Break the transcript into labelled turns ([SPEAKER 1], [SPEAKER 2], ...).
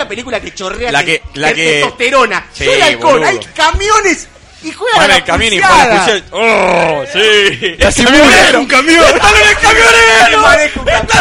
[SPEAKER 1] una película que chorrea
[SPEAKER 2] La que- la que-
[SPEAKER 1] testosterona.
[SPEAKER 2] Sí,
[SPEAKER 1] Llega el con,
[SPEAKER 2] boludo.
[SPEAKER 1] hay camiones y juegan
[SPEAKER 2] Para
[SPEAKER 1] a
[SPEAKER 2] el
[SPEAKER 1] la
[SPEAKER 2] camión y
[SPEAKER 1] pulseada.
[SPEAKER 2] para la pulsera. ¡Oh! ¡Sí!
[SPEAKER 3] ¡La simula! ¡Un camión!
[SPEAKER 2] ¡Dale el camionero!
[SPEAKER 1] Manejo un
[SPEAKER 2] ¡Está